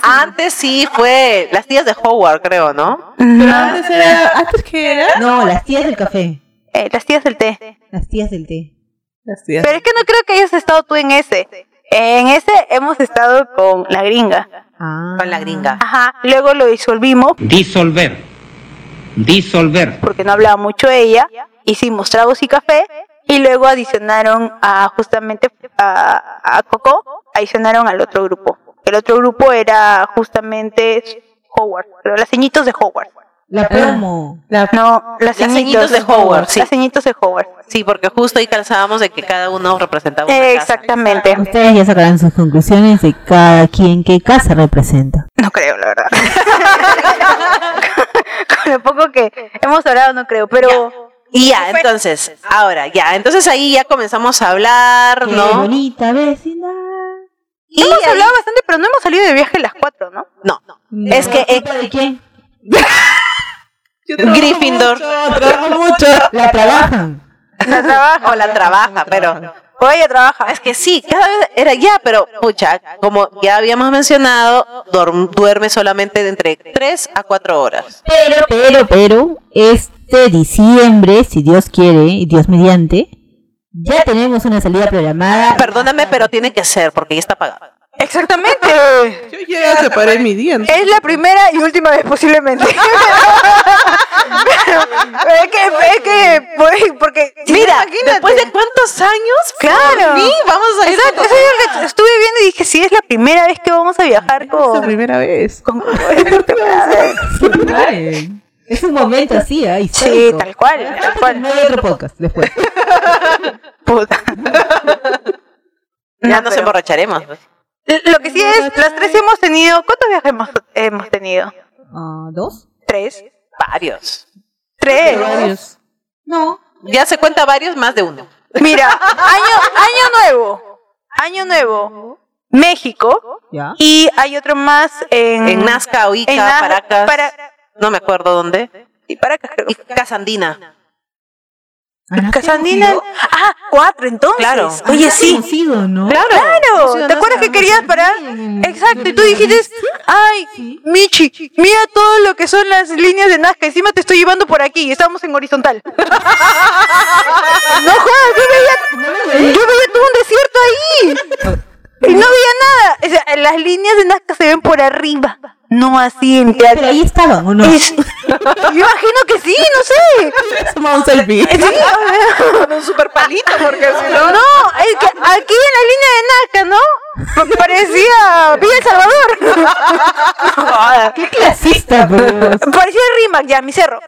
[SPEAKER 1] Antes sí fue las tías de Howard, creo, ¿no?
[SPEAKER 4] Mm.
[SPEAKER 5] Pero antes era, antes que era.
[SPEAKER 2] No, las tías del café.
[SPEAKER 4] Eh, las tías del té.
[SPEAKER 2] Las tías del té.
[SPEAKER 5] Las tías.
[SPEAKER 4] Pero es que no creo que hayas estado tú en ese. En ese hemos estado con la gringa.
[SPEAKER 2] Ah.
[SPEAKER 1] Con la gringa.
[SPEAKER 4] Ajá. Luego lo disolvimos
[SPEAKER 7] Disolver. Disolver.
[SPEAKER 4] porque no hablaba mucho ella. Hicimos tragos y café. Y luego adicionaron a justamente a, a Coco, adicionaron al otro grupo. El otro grupo era justamente Howard, pero las ceñitos de Howard.
[SPEAKER 2] Ah. La promo.
[SPEAKER 5] La-
[SPEAKER 4] No, las
[SPEAKER 1] Las
[SPEAKER 4] ceñitos
[SPEAKER 1] ceñitos de Howard, sí.
[SPEAKER 4] Las ceñitos de Howard.
[SPEAKER 1] Sí, porque justo ahí calzábamos de que cada uno representaba una casa.
[SPEAKER 4] Exactamente.
[SPEAKER 2] Ustedes ya sacarán sus conclusiones de cada quien qué casa representa.
[SPEAKER 4] No creo, la verdad. Con lo poco que hemos hablado, no creo, pero
[SPEAKER 1] Y ya, entonces, ahora, ya, entonces ahí ya comenzamos a hablar,
[SPEAKER 2] Qué
[SPEAKER 1] ¿no?
[SPEAKER 2] bonita vecina.
[SPEAKER 1] Y
[SPEAKER 4] hemos
[SPEAKER 1] ahí-
[SPEAKER 4] hablado bastante, pero no hemos salido de viaje las cuatro, ¿no?
[SPEAKER 1] no, es que eh,
[SPEAKER 2] ¿Culpa de quién?
[SPEAKER 1] Gryffindor
[SPEAKER 5] trabajo mucho.
[SPEAKER 2] La trabajan.
[SPEAKER 4] La trabajo,
[SPEAKER 1] o la trabaja, pero
[SPEAKER 4] o ella trabaja.
[SPEAKER 1] es que sí, cada vez era ya, pero pucha, como ya habíamos mencionado, dorm- duerme solamente de entre 3 a 4 horas.
[SPEAKER 2] Pero, pero, pero, este diciembre, si Dios quiere y Dios mediante, ya tenemos una salida programada.
[SPEAKER 1] Perdóname, pero tiene que ser porque ya está pagado.
[SPEAKER 4] Exactamente.
[SPEAKER 5] Yo ya separé mi día. ¿no?
[SPEAKER 4] Es la primera y última vez posiblemente. Pero- pero es que, es que, por- porque
[SPEAKER 1] Mira,
[SPEAKER 4] imagínate.
[SPEAKER 1] después de cuántos años,
[SPEAKER 4] Claro.
[SPEAKER 1] por mí, vamos a ir
[SPEAKER 4] Exacto, eso yo lo que estuve viendo y dije, sí, es la primera vez que vamos a viajar
[SPEAKER 5] Es la
[SPEAKER 4] con...
[SPEAKER 5] primera vez.
[SPEAKER 4] con- este con-
[SPEAKER 2] Ay, Es un momento así, ¿eh?
[SPEAKER 4] sí,
[SPEAKER 2] histórico.
[SPEAKER 4] tal cual, tal cual.
[SPEAKER 2] No hay otro podcast después.
[SPEAKER 4] puta.
[SPEAKER 1] ya
[SPEAKER 4] No,
[SPEAKER 1] nos
[SPEAKER 4] pero-
[SPEAKER 1] emborracharemos. pues.
[SPEAKER 4] Lo que sí es, las tres hemos tenido. ¿Cuántos viajes hemos, hemos tenido?
[SPEAKER 2] Ah, ¿Dos?
[SPEAKER 4] ¿Tres?
[SPEAKER 1] Varios.
[SPEAKER 4] tres.
[SPEAKER 5] Varios.
[SPEAKER 2] No.
[SPEAKER 1] Ya se cuenta varios, más de uno.
[SPEAKER 4] Mira, año, año nuevo. Año nuevo. México.
[SPEAKER 2] ¿Ya?
[SPEAKER 4] Y hay otro más en,
[SPEAKER 1] En Nazca, Oica,
[SPEAKER 4] Mm. en Naz-
[SPEAKER 1] Paracas,
[SPEAKER 4] Para,
[SPEAKER 1] no me acuerdo dónde.
[SPEAKER 4] y Paracas, creo.
[SPEAKER 1] Y Casandina.
[SPEAKER 4] Casandina. Ah, cuatro entonces.
[SPEAKER 1] Claro.
[SPEAKER 4] Oye, sí.
[SPEAKER 2] Hemos ido, ¿no?
[SPEAKER 1] Claro.
[SPEAKER 4] Claro,
[SPEAKER 1] Sí,
[SPEAKER 4] ¿te
[SPEAKER 1] no
[SPEAKER 4] acuerdas
[SPEAKER 1] sé,
[SPEAKER 4] que querías parar? Exacto, y tú dijiste, ay, Michi, mira todo lo que son las líneas de Nazca, encima te estoy llevando por aquí, y estábamos en horizontal. no jodas, yo veía, yo veía todo un desierto ahí, y no veía nada. O sea, las líneas de Nazca se ven por arriba, no así en
[SPEAKER 2] Pero ahí estaban, ¿o no?
[SPEAKER 4] Es- yo imagino que sí, no sé.
[SPEAKER 5] Somos un selfie.
[SPEAKER 4] Sí, con un super palito, porque si no. No, es que aquí en la línea de Nazca, ¿no? Pa- Parecía Villa El Salvador.
[SPEAKER 2] ¿Qué clasista, pues?
[SPEAKER 4] Parecía Rimac, ya, mi cerro.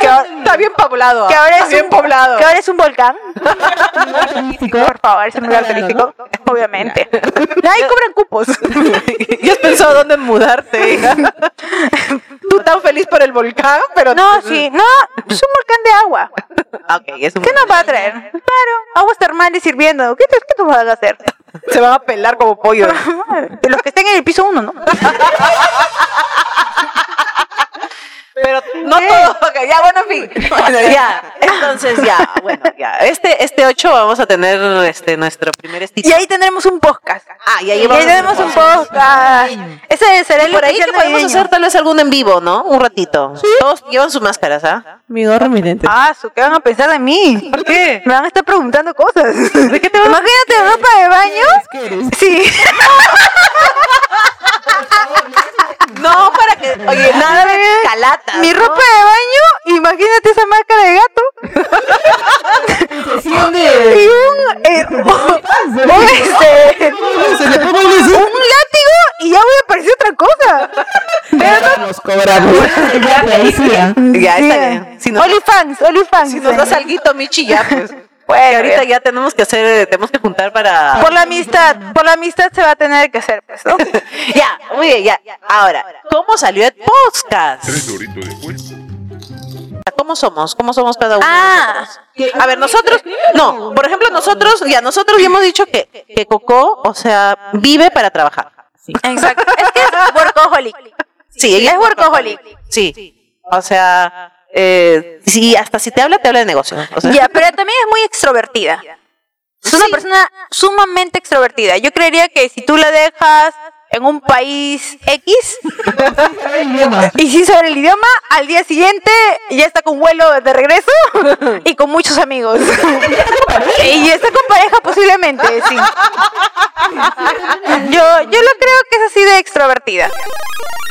[SPEAKER 4] Que ahora,
[SPEAKER 1] Está bien poblado.
[SPEAKER 4] que ahora es
[SPEAKER 1] bien
[SPEAKER 4] un,
[SPEAKER 1] poblado.
[SPEAKER 4] Que ahora es un volcán. Por favor, es un lugar turístico, obviamente. Ahí cobran cupos.
[SPEAKER 1] ¿Y has pensado dónde mudarte, hija? Tú tan feliz por el volcán, pero... pues, eh.
[SPEAKER 4] No, sí, no, es un volcán de agua.
[SPEAKER 1] Ok, es un-
[SPEAKER 4] ¿Qué nos va a traer? Claro, aguas termales sirviendo. ¿Qué te, qué te van a hacer?
[SPEAKER 1] Se van a pelar como pollo.
[SPEAKER 4] De los que estén en el piso uno, ¿no?
[SPEAKER 1] Pero no todo. ok, ya, bueno, en fin. ya, entonces ya, bueno, ya. Este, este 8 vamos a tener este, nuestro primer estilo.
[SPEAKER 4] Y ahí tendremos un podcast.
[SPEAKER 1] Ah, y
[SPEAKER 4] Y
[SPEAKER 1] ahí
[SPEAKER 4] ahí
[SPEAKER 1] vamos a
[SPEAKER 4] tenemos
[SPEAKER 1] hacer
[SPEAKER 4] un
[SPEAKER 1] cosas.
[SPEAKER 4] podcast. Ese será el
[SPEAKER 1] Por ahí que
[SPEAKER 4] especial
[SPEAKER 1] podemos
[SPEAKER 4] navideño.
[SPEAKER 1] hacer tal vez algún en vivo, ¿no? Un ratito. Todos llevan sus máscaras, ¿ah?
[SPEAKER 5] Mi gorro, mi lente.
[SPEAKER 4] Ah, su, ¿qué van a pensar de mí?
[SPEAKER 1] ¿Por qué?
[SPEAKER 4] Me van a estar preguntando cosas. Imagínate ropa de baño. Sí.
[SPEAKER 1] No, para que. Oye, nada de calatas.
[SPEAKER 4] Mi
[SPEAKER 1] ¿no?
[SPEAKER 4] ropa de baño, imagínate esa máscara de gato. Y un, eh, un, este, un látigo y ya voy a aparecer otra cosa.
[SPEAKER 5] Nos cobramos.
[SPEAKER 1] Ya, está
[SPEAKER 4] Sí.
[SPEAKER 1] bien. Si nos,
[SPEAKER 4] OnlyFans, OnlyFans.
[SPEAKER 1] si nos das alguito, Michi, ya, pues.
[SPEAKER 4] Bueno,
[SPEAKER 1] Que ahorita
[SPEAKER 4] ya.
[SPEAKER 1] ya tenemos que hacer, eh, tenemos que juntar para.
[SPEAKER 4] Por la amistad, por la amistad se va a tener que hacer, pues, ¿no?
[SPEAKER 1] Ya, muy bien, ya. Ahora, ¿cómo salió el podcast?
[SPEAKER 8] Tres doritos después.
[SPEAKER 1] ¿Cómo somos? ¿Cómo somos cada uno? de
[SPEAKER 4] Ah,
[SPEAKER 1] nosotros? A ver, nosotros, no, por ejemplo, nosotros, ya, nosotros ya hemos dicho que, que Coco, o sea, vive para trabajar.
[SPEAKER 4] exacto. Es que es workaholic.
[SPEAKER 1] Sí, ella
[SPEAKER 4] Es workaholic.
[SPEAKER 1] Sí. O sea, eh, sí, hasta si te habla, te habla de negocio. O sea,
[SPEAKER 4] Ya, pero también es muy extrovertida. Es una persona sumamente extrovertida. Yo creería que si tú la dejas en un país X y si sabe el idioma, al día siguiente ya está con vuelo de regreso y con muchos amigos. y está con pareja posiblemente, sí. Yo, yo lo creo que es así de extrovertida.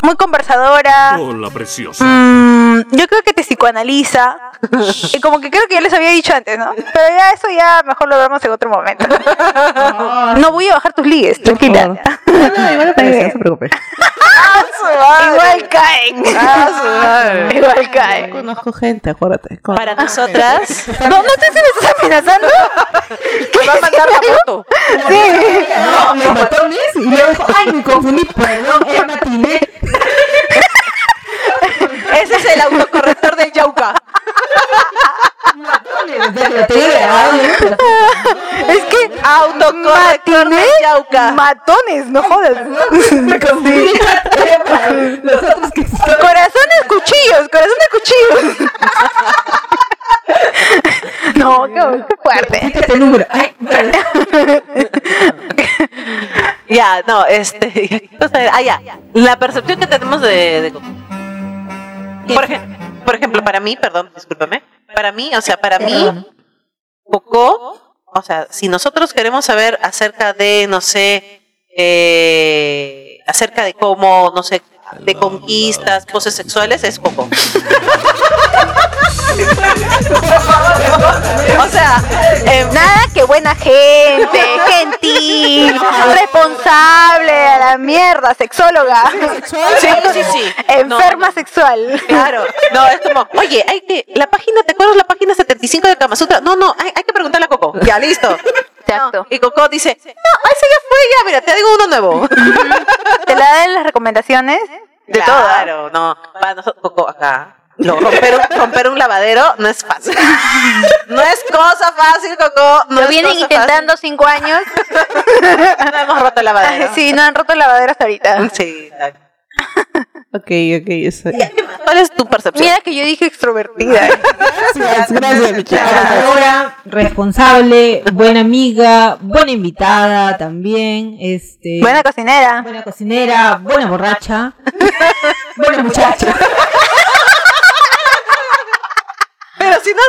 [SPEAKER 4] Muy conversadora.
[SPEAKER 8] Hola, preciosa.
[SPEAKER 4] Mm, yo creo que te psicoanaliza. Y como que creo que ya les había dicho antes, ¿no? Pero ya eso ya mejor lo vemos en otro momento. No voy a bajar tus ligues, tranquila.
[SPEAKER 5] No, no, igual aparece, no se preocupe.
[SPEAKER 4] Igual caen.
[SPEAKER 1] Ah,
[SPEAKER 4] Igual caen.
[SPEAKER 5] Conozco gente, acuérdate. Con-
[SPEAKER 1] para nosotras,
[SPEAKER 4] No, no sé si me estás amenazando.
[SPEAKER 1] va a mandar la foto.
[SPEAKER 4] Sí.
[SPEAKER 2] No, los botones. Y luego dijo, ay, me confundí, perdón, era matiné.
[SPEAKER 1] Ese es el autocorrector de Yauca.
[SPEAKER 2] Lo tengo grabado, ¿eh? Pero
[SPEAKER 4] Es que
[SPEAKER 1] Autocorrector de Yauca.
[SPEAKER 4] matones, no jodas.
[SPEAKER 2] me confundí. Los otros que son.
[SPEAKER 4] Corazones cuchillos, corazones cuchillos. No, qué, qué fuerte.
[SPEAKER 2] Este número. Ay, perdón.
[SPEAKER 1] Ya, no, este. ya, ¿qué cosa era? Ah, ya. La percepción que tenemos de, de Coco. Por ejemplo, por ejemplo, para mí, perdón, discúlpame. Para mí, o sea, para mí, Coco, o sea, si nosotros queremos saber acerca de, no sé, eh, acerca de cómo, no sé, de conquistas, poses sexuales, es Coco. o sea, em,
[SPEAKER 4] Nada que buena gente, gentil, responsable, a la mierda, sexóloga.
[SPEAKER 1] sí, sí, sí.
[SPEAKER 4] Enferma sexual.
[SPEAKER 1] Claro, no, es como, oye, hay que, la página, ¿te acuerdas la página 75 de Kama Sutra? No, no, hay, hay que preguntarle a Coco. Ya, listo.
[SPEAKER 4] Exacto.
[SPEAKER 1] Y Coco dice, no, ese ya fue, ya, mira, te digo uno nuevo.
[SPEAKER 4] Te la dan las recomendaciones de todo.
[SPEAKER 1] Claro, no, para nosotros, Coco, acá. Lo- romper, un, romper un lavadero no es fácil. No es cosa fácil, Coco. No
[SPEAKER 4] Lo
[SPEAKER 1] es
[SPEAKER 4] vienen
[SPEAKER 1] cosa
[SPEAKER 4] intentando cinco años.
[SPEAKER 1] fácil. No hemos roto el lavadero.
[SPEAKER 4] sí, no han roto el lavadero hasta ahorita.
[SPEAKER 1] Sí, exacto.
[SPEAKER 5] Ok, ok, eso.
[SPEAKER 1] ¿Cuál es tu percepción?
[SPEAKER 4] Mira que yo dije extrovertida.
[SPEAKER 5] Gracias, gracias, Michelle.
[SPEAKER 2] Ahora, responsable, buena amiga, buena invitada también, este,
[SPEAKER 4] Buena cocinera.
[SPEAKER 2] buena cocinera, buena borracha, buena muchacha.
[SPEAKER 1] Pero si no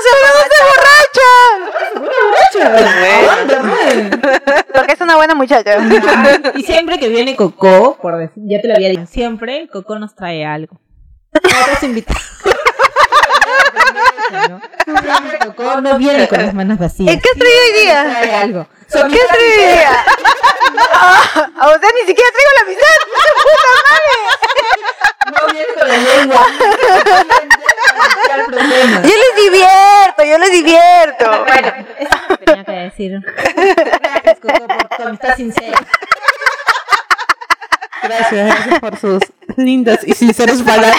[SPEAKER 1] se
[SPEAKER 4] Porque es una buena muchacha.
[SPEAKER 2] Y siempre que viene Coco, por decir, ya te lo había dicho, siempre Coco nos trae algo. Otros invitados. ¿no? Siempre Coco no viene con las manos vacías.
[SPEAKER 4] ¿En qué has traído hoy día?
[SPEAKER 2] Trae algo.
[SPEAKER 4] ¿Qué has traído hoy día? A usted Ah, ni siquiera traigo la mitad.
[SPEAKER 2] No viene con la lengua. No viene con problemas.
[SPEAKER 4] Yo les divierto, yo les divierto.
[SPEAKER 2] Bueno, eso es lo que tenía que decir. Gracias, Coco, por tu amistad sincera.
[SPEAKER 5] Gracias, gracias por sus lindas y sinceras palabras.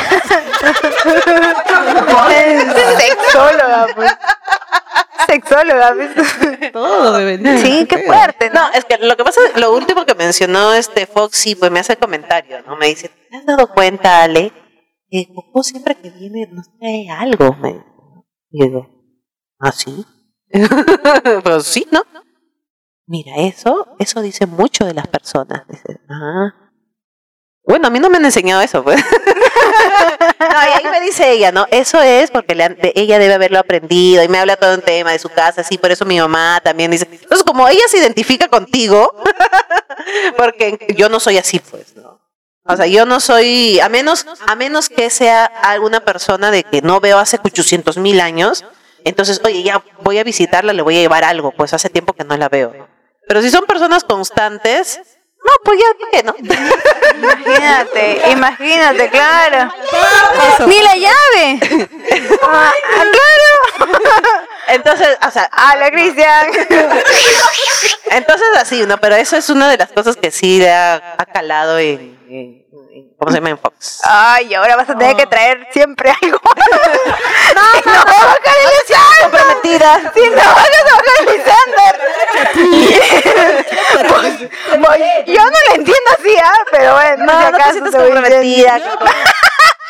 [SPEAKER 4] Sexóloga, pues. Sexóloga, pues.
[SPEAKER 5] Todo, bebé.
[SPEAKER 4] Sí, qué
[SPEAKER 5] feo.
[SPEAKER 4] fuerte, ¿no?
[SPEAKER 1] No, es que lo que pasa, lo último que mencionó este Foxy, pues me hace comentario, ¿no? Me dice, ¿te has dado cuenta, Ale? Que Coco siempre que viene nos trae algo, me dice. Y yo digo, ¿ah, sí? pues sí, ¿no? Mira, eso, eso dice mucho de las personas. Dice, ah. Bueno, a mí no me han enseñado eso, pues. No, y ahí me dice ella, ¿no? Eso es porque le han- de- ella debe haberlo aprendido y me habla todo un tema de su casa, sí, por eso mi mamá también dice. Entonces, como ella se identifica contigo, porque yo no soy así, pues, ¿no? O sea, yo no soy, a menos, a menos que sea alguna persona de que no veo hace 800 mil años, entonces, oye, ya voy a visitarla, le voy a llevar algo, pues hace tiempo que no la veo. ¿no? Pero si son personas constantes, no, pues ya, ¿por qué no?
[SPEAKER 4] Imagínate, imagínate, claro. Ni la llave. Ah, ah, claro.
[SPEAKER 1] Entonces, o sea,
[SPEAKER 4] A la Cristian.
[SPEAKER 1] Entonces así, ¿no? Pero eso es una de las cosas que sí le ha, ha calado en, en- en- ¿Cómo se llama? En Fox.
[SPEAKER 4] Ay, ahora vas a tener que traer siempre algo. No, no, no, no, comprometida. Sí, no, vas a bajar el Lisandro. Voy- voy- Pues, Yo no lo entiendo así, ¿ah? Pero bueno,
[SPEAKER 1] No,
[SPEAKER 4] si
[SPEAKER 1] no te
[SPEAKER 4] acaso
[SPEAKER 1] sientas
[SPEAKER 4] te voy
[SPEAKER 1] comprometida,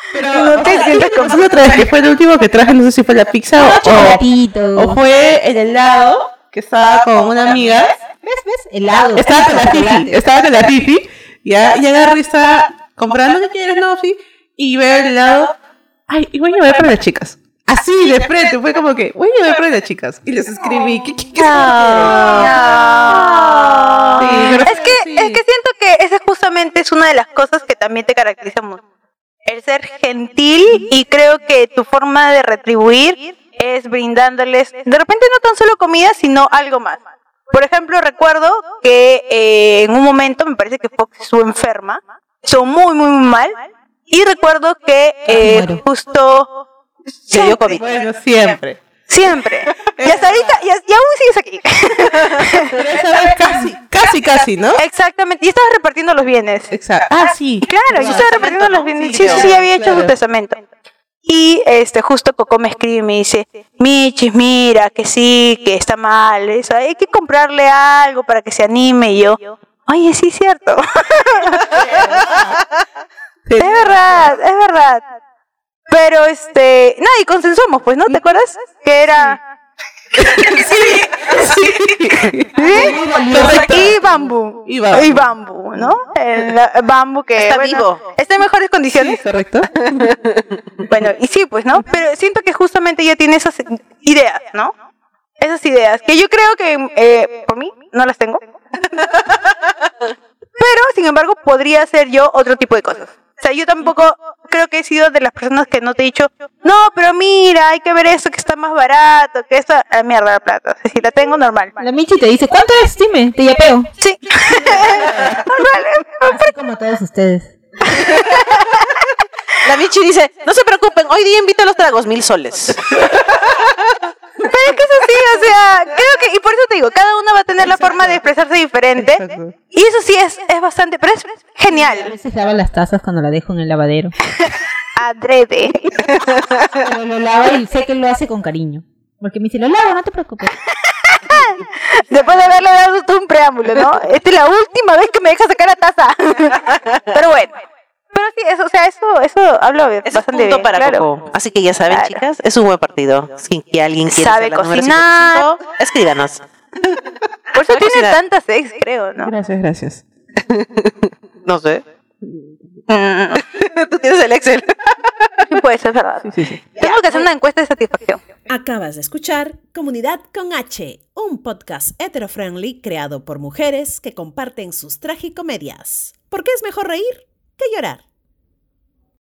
[SPEAKER 4] diciendo.
[SPEAKER 5] No te sientes como otra vez, que fue el último que traje, no sé si fue la pizza o,
[SPEAKER 2] Chocolatito.
[SPEAKER 5] o fue el helado que estaba con una amiga.
[SPEAKER 2] ¿Ves? ¿Ves? Helado.
[SPEAKER 5] Estaba con la
[SPEAKER 2] Chocolate.
[SPEAKER 5] Fifi, estaba con la Fifi. Ya, y agarro y estaba comprando que quieres, no, sí. Y veo el helado. Ay, y voy a llevar para las chicas. Así, de frente, fue como que, voy a llevar para las chicas. Y les escribí, ¿qué, qué, qué
[SPEAKER 4] No.
[SPEAKER 5] Sí, pero
[SPEAKER 4] es que
[SPEAKER 5] sí.
[SPEAKER 4] es que siento que esa justamente es una de las cosas que también te caracteriza mucho. El ser gentil y creo que tu forma de retribuir es brindándoles de repente no tan solo comida, sino algo más. Por ejemplo, recuerdo que eh, en un momento me parece que Fox estuvo enferma, estuvo muy muy muy mal y recuerdo que eh,
[SPEAKER 2] muero.
[SPEAKER 4] justo
[SPEAKER 1] Le dio COVID.
[SPEAKER 5] Bueno, siempre.
[SPEAKER 4] siempre y hasta ahorita y, hasta- y aún sigues aquí.
[SPEAKER 5] Pero esa vez casi, casi, casi, ¿no?
[SPEAKER 4] Exactamente, y estabas repartiendo los bienes.
[SPEAKER 5] Exacto. Ah, sí.
[SPEAKER 4] Claro, yo estaba repartiendo los bienes. Sí, sí, sí, había hecho su testamento. Y este, justo Coco me escribe y me dice, Michis, mira, que sí, que está mal, eso, hay que comprarle algo para que se anime. Y yo, oye, sí, cierto. es verdad, es verdad. Pero este, no, y consensuamos, pues, ¿no? ¿Te acuerdas? Que era... Sí, Y bambú.
[SPEAKER 5] Y bambú.
[SPEAKER 4] Y bambú, ¿no? El eh, bambú que
[SPEAKER 1] Está
[SPEAKER 4] bueno,
[SPEAKER 1] vivo.
[SPEAKER 4] Está en mejores condiciones.
[SPEAKER 5] Correcto.
[SPEAKER 4] Bueno, y sí, pues, ¿no? Pero siento que justamente ella tiene esas ideas, ¿no? Esas ideas, que yo creo que eh, por mí no las tengo. Pero, sin embargo, podría hacer yo otro tipo de cosas. O sea, yo tampoco creo que he sido de las personas que no te he dicho, no, pero mira, hay que ver eso que está más barato, que esa ah, mierda la plata. O sea, si la tengo, normal.
[SPEAKER 2] La Michi te dice, ¿cuánto es? Dime, te yapeo.
[SPEAKER 4] Sí.
[SPEAKER 2] Así como todos ustedes.
[SPEAKER 1] La Michi dice, no se preocupen, hoy día invito a los tragos, mil soles.
[SPEAKER 4] Pero es que eso sí, o sea, creo que, y por eso te digo, cada uno va a tener la forma de expresarse diferente.
[SPEAKER 5] Exacto.
[SPEAKER 4] Y eso sí es, es bastante, pero es genial.
[SPEAKER 2] A veces lava las tazas cuando la dejo en el lavadero.
[SPEAKER 4] adrede.
[SPEAKER 2] Pero lo lava y sé que lo hace con cariño. Porque me dice, lo lavo, no te preocupes.
[SPEAKER 4] Después de haberle dado todo un preámbulo, ¿no? Esta es la última vez que me deja sacar la taza. Pero bueno. Pero sí, eso, o sea, eso, eso hablo
[SPEAKER 1] Es un
[SPEAKER 4] bastante
[SPEAKER 1] punto
[SPEAKER 4] bien,
[SPEAKER 1] para
[SPEAKER 4] claro.
[SPEAKER 1] Coco. Así que ya saben,
[SPEAKER 4] Claro.
[SPEAKER 1] chicas, es un buen partido. Si que alguien quiere
[SPEAKER 4] Sabe
[SPEAKER 1] ser la número
[SPEAKER 4] cocinar.
[SPEAKER 1] 55, escríbanos.
[SPEAKER 4] Por eso
[SPEAKER 1] Voy a
[SPEAKER 4] tiene
[SPEAKER 1] cocinar.
[SPEAKER 4] tantas ex, creo, ¿no?
[SPEAKER 5] Gracias, gracias.
[SPEAKER 1] No sé. Tú tienes el Excel.
[SPEAKER 4] Sí, puede ser verdad. Tengo que hacer una encuesta de satisfacción.
[SPEAKER 3] Acabas de escuchar Comunidad con H, un podcast heterofriendly creado por mujeres que comparten sus tragicomedias. Porque es mejor reír que llorar.